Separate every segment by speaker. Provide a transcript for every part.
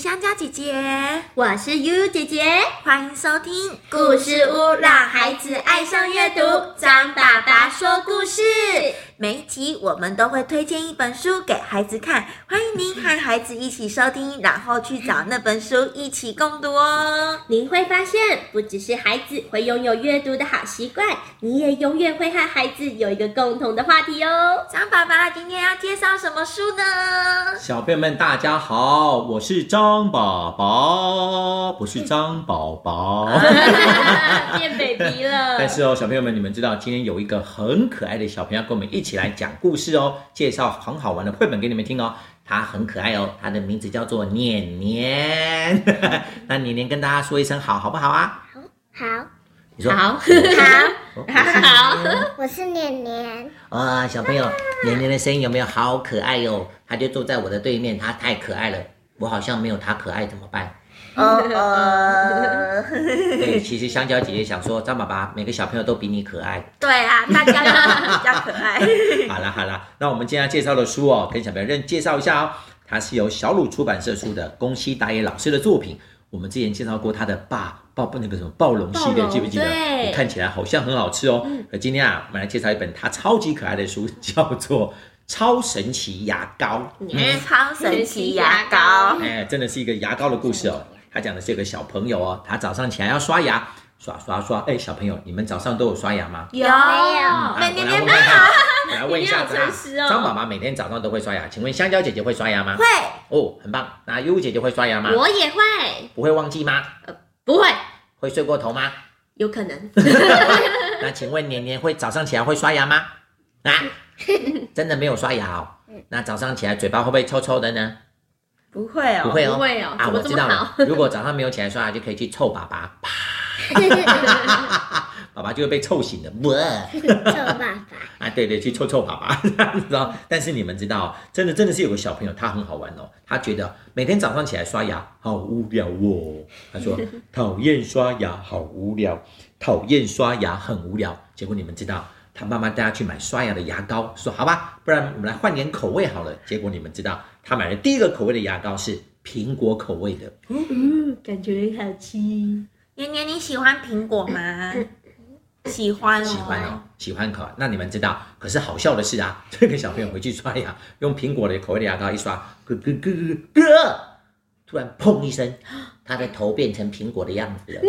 Speaker 1: 香蕉姐姐，
Speaker 2: 我是悠悠姐姐，
Speaker 1: 欢迎收听
Speaker 2: 故事屋让孩子爱上阅读，张爸爸说故事。
Speaker 1: 每一集我们都会推荐一本书给孩子看，欢迎您和孩子一起收听，然后去找那本书一起共读哦。
Speaker 2: 您会发现，不只是孩子会拥有阅读的好习惯，你也永远会和孩子有一个共同的话题哦。
Speaker 1: 张爸爸今天要介绍什么书 呢？
Speaker 3: 小朋友们，大家好，我是张宝宝，不是张 宝宝。
Speaker 2: 啊变 baby 了，
Speaker 3: 但是哦，小朋友们，你们知道今天有一个很可爱的小朋友要跟我们一起来讲故事哦，介绍很好玩的绘本给你们听哦。他很可爱哦，他的名字叫做念念。 那念念跟大家说一声好，好不好啊？
Speaker 4: 好，
Speaker 3: 你说
Speaker 2: 好
Speaker 3: 哦
Speaker 2: 好
Speaker 4: 我是年年，
Speaker 3: 啊，小朋友，年年的声音有没有好可爱哟、哦？他就坐在我的对面，他太可爱了，我好像没有他可爱，怎么办？
Speaker 1: 哦哦，
Speaker 3: 对，其实香蕉姐姐想说，张爸爸每个小朋友都比你可爱。
Speaker 1: 对啊，大家都比较可 爱。
Speaker 3: 好啦好啦，那我们今天要介绍的书哦，跟小朋友认介绍一下哦，它是由小鲁出版社出的，宫西达也老师的作品。我们之前介绍过他的霸暴那个什么暴龙系
Speaker 2: 暴
Speaker 3: 列，
Speaker 2: 龙
Speaker 3: 记不记得？
Speaker 2: 对嗯
Speaker 3: 你看起来好像很好吃哦。而今天啊，我们来介绍一本他超级可爱的书， 叫做《超神奇牙膏》。
Speaker 1: 嗯，超神奇牙膏，
Speaker 3: 哎，真的是一个牙膏的故事哦。他讲的是有个小朋友哦，他早上起来要刷牙，刷刷刷。哎，小朋友，你们早上都有刷牙吗？
Speaker 1: 有
Speaker 2: 哦
Speaker 4: 有
Speaker 1: 妹妹
Speaker 3: 啊我来
Speaker 1: 妹
Speaker 3: 问
Speaker 1: 妹
Speaker 3: 看看，我来问一下
Speaker 2: 一定
Speaker 3: 子
Speaker 2: 要
Speaker 3: 啊
Speaker 2: 诚实哦
Speaker 3: 张妈妈每天早上都会刷牙，请问香蕉姐姐会刷牙吗？
Speaker 1: 会
Speaker 3: 哦，很棒。那悠悠姐姐会刷牙吗？
Speaker 2: 我也会，
Speaker 3: 不会忘记吗？
Speaker 2: 不会，
Speaker 3: 会睡过头 吗？
Speaker 2: 有可能，
Speaker 3: 那请问年年会早上起来会刷牙吗？ 啊，真的没有刷牙哦。
Speaker 2: 嗯
Speaker 3: 那早上起来嘴巴会不会臭臭的呢？
Speaker 1: 不会
Speaker 3: 不会哦，
Speaker 2: 不会哦
Speaker 3: 啊，
Speaker 2: 怎么
Speaker 3: 我
Speaker 2: 这
Speaker 3: 知
Speaker 2: 么
Speaker 3: 道了
Speaker 2: 好。
Speaker 3: 如果早上没有起来刷牙，就可以去臭爸爸，啪爸爸就会被臭 醒的。哇
Speaker 4: 臭爸爸，
Speaker 3: 啊，对对，去臭臭爸 爸，知道？但是你们知道，哦真的真的是有个小朋友，他很好玩哦。他觉得每天早上起来刷牙好无聊哦。他说讨厌刷牙，好无聊，讨厌刷牙很无聊。结果你们知道，他妈妈带他去买刷牙的牙膏，说好吧，不然我们来换点口味好了。结果你们知道，他买的第一个口味的牙膏是苹果口味的。
Speaker 2: 嗯，感觉很好吃。
Speaker 1: 年年你喜欢苹果吗？喜欢哦，
Speaker 3: 喜欢哦，喜欢口。那你们知道，可是好笑的是啊， 这个小朋友回去刷牙，用苹果的口味的牙膏一刷，咯咯咯咯咯，突然砰一 声，他的头变成苹果的样子了。
Speaker 2: 耶，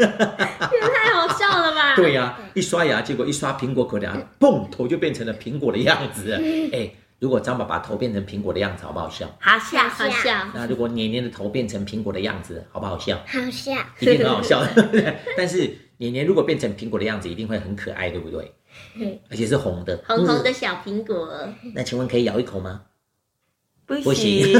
Speaker 2: 也太好笑了吧？
Speaker 3: 对呀、一刷牙，结果一刷苹果口的
Speaker 2: 嗯
Speaker 3: 牙，砰，头就变成了苹果的样子 了。哎，如果张爸爸头变成苹果的样子，好不好笑？
Speaker 1: 好笑
Speaker 2: 好笑，
Speaker 3: 那如果年年的头变成苹果的样子，好不好笑？
Speaker 4: 好笑，
Speaker 3: 一定很 好笑，对不对？但是年年如果变成苹果的样子，一定会很可爱，对不对？
Speaker 2: 对，
Speaker 3: 而且是红的，
Speaker 2: 红红的小苹果，
Speaker 3: 嗯。那请问可以咬一口吗？
Speaker 1: 不
Speaker 3: 不
Speaker 1: 行
Speaker 3: 行，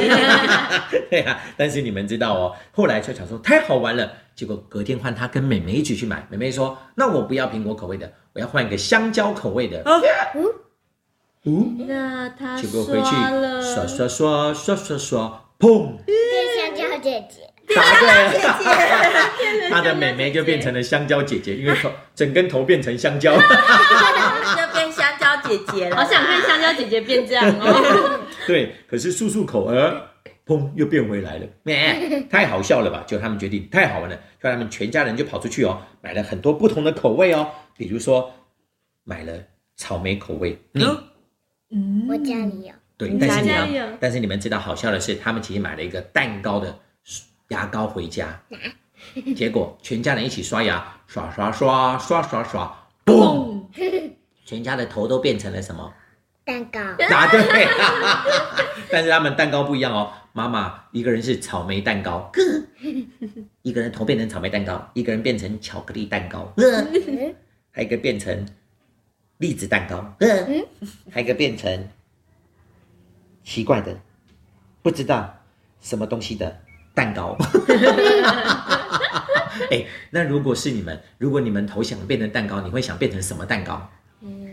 Speaker 3: 对啊，但是你们知道哦，后来就想说太好玩了，结果隔天换他跟妹妹一起去买，妹妹说：“那我不要苹果口味的，我要换一个香蕉口味的。” 嗯，
Speaker 2: 那他
Speaker 3: 结果回去
Speaker 2: 刷了，
Speaker 3: 刷刷刷刷刷刷，砰，
Speaker 4: 对香蕉姐姐，
Speaker 3: 答对了，
Speaker 2: 成
Speaker 3: 他的妹妹就变成了香蕉姐姐，因为头整根头变成香蕉。
Speaker 1: 就变香蕉姐姐了。
Speaker 2: 好想看香蕉姐姐变这样 哦。
Speaker 3: 对，可是漱漱口而砰，又变回 来了，咩太好笑了吧？就他们决定太好玩了，叫他们全家人就跑出去哦，买了很多不同的口味哦，比如说买了草莓口味，嗯，
Speaker 2: 嗯
Speaker 4: 我家里有，
Speaker 3: 对，
Speaker 2: 哦你
Speaker 3: 但
Speaker 2: 家
Speaker 3: 是你
Speaker 2: 里
Speaker 3: 要，
Speaker 2: 有
Speaker 3: 但是你们知道好笑的是，他们其实买了一个蛋糕的牙膏 回家，结果全家人一起刷牙，刷刷刷刷刷 刷，嘣，
Speaker 2: 砰
Speaker 3: 全家的头都变成了什么？
Speaker 4: 蛋糕，
Speaker 3: 答对了， 但是他们蛋糕不一样哦。妈妈一个人是草莓 蛋糕，一个人头变成草莓蛋糕，一个人变成巧克力蛋糕，
Speaker 4: 嗯，
Speaker 3: 还有一个变成栗子蛋糕，
Speaker 1: 嗯
Speaker 3: 还有一个变成奇怪的不知道什么东西的 蛋糕。哎、那如果是你们，如果你们头想变成蛋糕，你会想变成什么蛋糕？
Speaker 4: 嗯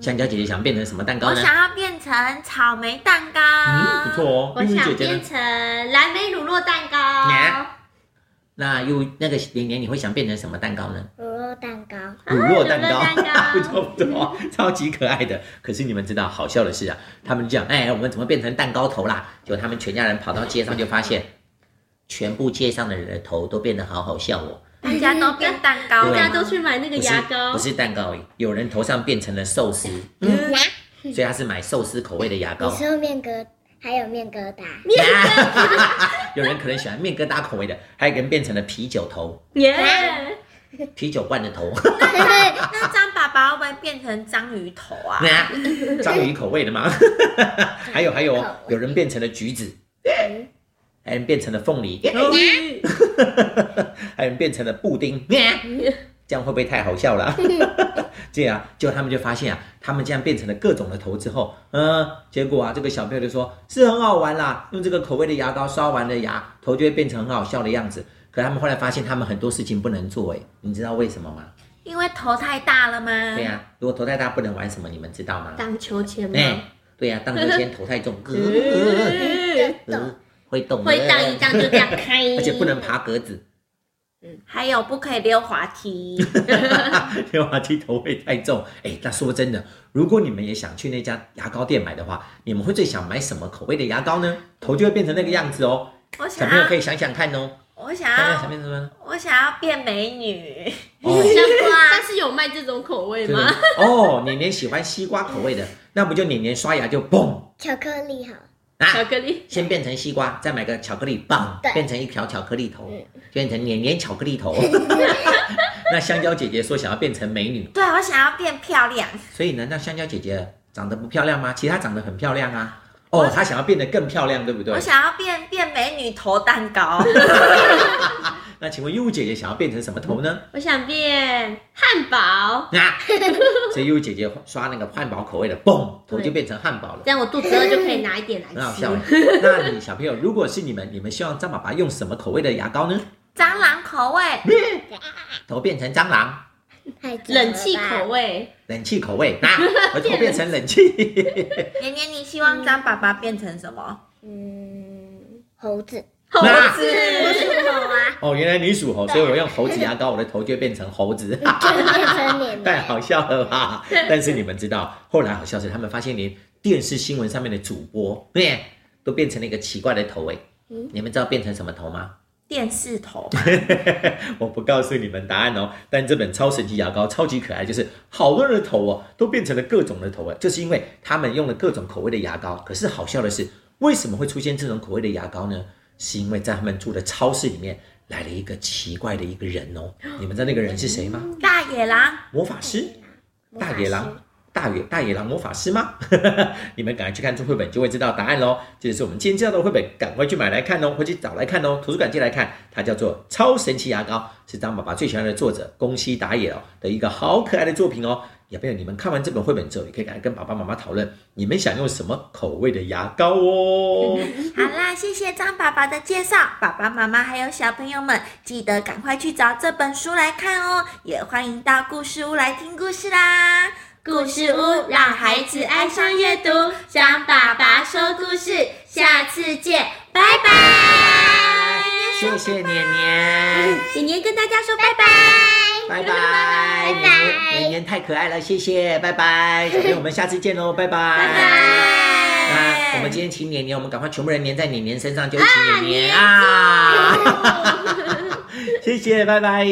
Speaker 3: 香蕉姐姐想变成什么蛋糕
Speaker 1: 我
Speaker 3: 呢？
Speaker 1: 想要变成草莓蛋糕。
Speaker 3: 嗯，不错哦。
Speaker 2: 我
Speaker 3: 玉米
Speaker 2: 想
Speaker 3: 姐姐
Speaker 2: 变
Speaker 3: 呢？
Speaker 2: 成蓝莓乳酪蛋糕。
Speaker 3: 那又那个年年你会想变成什么蛋糕呢？
Speaker 4: 乳酪蛋糕，
Speaker 3: 乳酪蛋糕，
Speaker 2: 啊乳酪 蛋糕
Speaker 3: 不错不错， 超级可爱的。可是你们知道好笑的是啊，他们讲，哎，我们怎么变成蛋糕头啦？结果他们全家人跑到街上就发现，全部街上的人的头都变得好好笑哦。
Speaker 1: 大家都变蛋糕
Speaker 3: 对啊
Speaker 1: 了，
Speaker 2: 大家都去买那个
Speaker 3: 不是
Speaker 2: 牙膏
Speaker 3: 不，是蛋糕而已，有人头上变成了寿司，嗯，
Speaker 4: 牙，
Speaker 3: 所以他是买寿司口味的牙膏
Speaker 4: 你。说面疙，还有面疙瘩，
Speaker 3: 有人可能喜欢面疙瘩口味的，还有一个人变成了啤酒头，
Speaker 2: 耶！
Speaker 3: 啤酒罐的头，
Speaker 1: 那张爸爸会不会变成章鱼头啊？
Speaker 3: 啊章鱼口味的吗？还有还有哦
Speaker 4: 口味，
Speaker 3: 有人变成了橘子，还有人变成了凤梨，
Speaker 2: 嗯
Speaker 3: 还有人变成了布丁，这样会不会太好笑了？这样，结果他们就发现啊，他们这样变成了各种的头之后，嗯，结果啊，这个小朋友就说是很好玩啦，用这个口味的牙膏刷完了牙，头就会变成很好笑的样子。可他们后来发现，他们很多事情不能做，哎，你知道为什么吗？
Speaker 1: 因为头太大了吗？
Speaker 3: 对呀、啊如果头太大不能玩什么，你们知道吗？
Speaker 2: 荡秋千吗？
Speaker 3: 哎，对呀、荡秋千头太重，呃
Speaker 2: 嗯
Speaker 3: 呃会动，
Speaker 2: 会荡一荡就这样开，
Speaker 3: 而且不能爬格子，
Speaker 1: 还有不可以溜滑梯，
Speaker 3: 溜滑梯头会太重。哎，那说真的，如果你们也想去那家牙膏店买的话，你们会最想买什么口味的牙膏呢？头就会变成那个样子哦。
Speaker 1: 我
Speaker 3: 小
Speaker 1: 想
Speaker 2: 啊
Speaker 3: 朋友可
Speaker 1: 要，
Speaker 3: 以想想看哦，
Speaker 1: 我想
Speaker 3: 想想想
Speaker 1: 要，
Speaker 3: 变成 什么？
Speaker 1: 我想要变美女，
Speaker 3: 哦，
Speaker 2: 香瓜，但是有卖这种口味
Speaker 3: 对
Speaker 2: 吗？
Speaker 3: 哦，年年喜欢西瓜口味的，那不就年年刷牙就嘣
Speaker 4: 巧克力好，
Speaker 2: 巧
Speaker 3: 啊，
Speaker 2: 克力，
Speaker 3: 先变成西瓜，再买个巧克力棒
Speaker 4: 对，
Speaker 3: 变成一条巧克力头
Speaker 4: 嗯，
Speaker 3: 变成年年巧克力头。那香蕉姐姐说想要变成美女，
Speaker 1: 对我想要变漂亮，
Speaker 3: 所以呢，那香蕉姐姐长得不漂亮吗？其实她长得很漂亮啊。哦，她想要变得更漂亮，对不对
Speaker 1: 我？想要变变美女头蛋 糕，
Speaker 3: 那请问柚姐姐想要变成什么头呢？
Speaker 2: 我想变汉堡，
Speaker 3: 啊，所以柚姐姐刷那个汉堡口味的，嘣，头
Speaker 2: 对
Speaker 3: 就变成汉堡了。
Speaker 2: 这样我肚子饿就可以拿一点来
Speaker 3: 很好
Speaker 2: 吃
Speaker 3: 笑。。那你小朋友，如果是你们，你们希望张爸爸用什么口味的牙膏呢？
Speaker 1: 蟑螂口味，
Speaker 3: 头变成蟑螂，
Speaker 4: 太久了吧
Speaker 2: 冷气口，味，
Speaker 3: 冷气口味，啊，我头变成冷气。
Speaker 1: 年年你希望张爸爸变成什么？
Speaker 4: 嗯，猴子，
Speaker 2: 猴
Speaker 3: 那
Speaker 4: 不
Speaker 2: 子，
Speaker 4: 是我啊，
Speaker 3: 哦，原来你属猴，所以我用猴子牙膏，我的头就变成猴子。
Speaker 4: 就变成脸
Speaker 3: 太
Speaker 4: 了，
Speaker 3: 好笑了吧？但是你们知道，后来好笑是他们发现连电视新闻上面的主播，对，都变成了一个奇怪的头诶。
Speaker 4: 嗯
Speaker 3: 你们知道变成什么头吗？
Speaker 1: 电视头，
Speaker 3: 我不告诉你们答案哦。但这本超神奇牙膏超级可爱，就是好多人的头哦都变成了各种的头哎，就是因为他们用了各种口味的牙膏。可是好笑的是，为什么会出现这种口味的牙膏呢？是因为在他们住的超市里面来了一个奇怪的一个人哦。你们知道那个人是谁吗？
Speaker 1: 大野狼，
Speaker 3: 魔法师。
Speaker 4: 魔法
Speaker 3: 大野狼
Speaker 4: 师，
Speaker 3: 大野大野狼魔法师吗？ 你们赶快去看这绘本，就会知道答案喽。这就是我们今天介绍的绘本，赶快去买来看哦，或去找来看哦，图书馆借来看。它叫做《超神奇牙膏》，是张爸爸最喜欢的作者宫西达也哦的一个好可爱的作品哦。也朋友，你们看完这本绘本之后，也可以赶快跟爸爸妈妈讨论，你们想用什么口味的牙膏哦。
Speaker 1: 好啦，谢谢张爸爸的介绍，爸爸妈妈还有小朋友们，记得赶快去找这本书来看哦，也欢迎到故事屋来听故事啦。
Speaker 2: 故事屋让孩子爱上阅读，张爸爸说故事，下次见，拜拜。
Speaker 3: 谢谢年年，
Speaker 2: 年年跟大家说拜拜。
Speaker 3: 拜 拜，
Speaker 4: 拜拜
Speaker 3: 年年太可爱了，谢谢，拜拜，小朋友我们下次见喽，拜拜，拜那我们今天请年年，我们赶快全部人粘在年年身上，就一 起年年啊！谢谢，拜拜。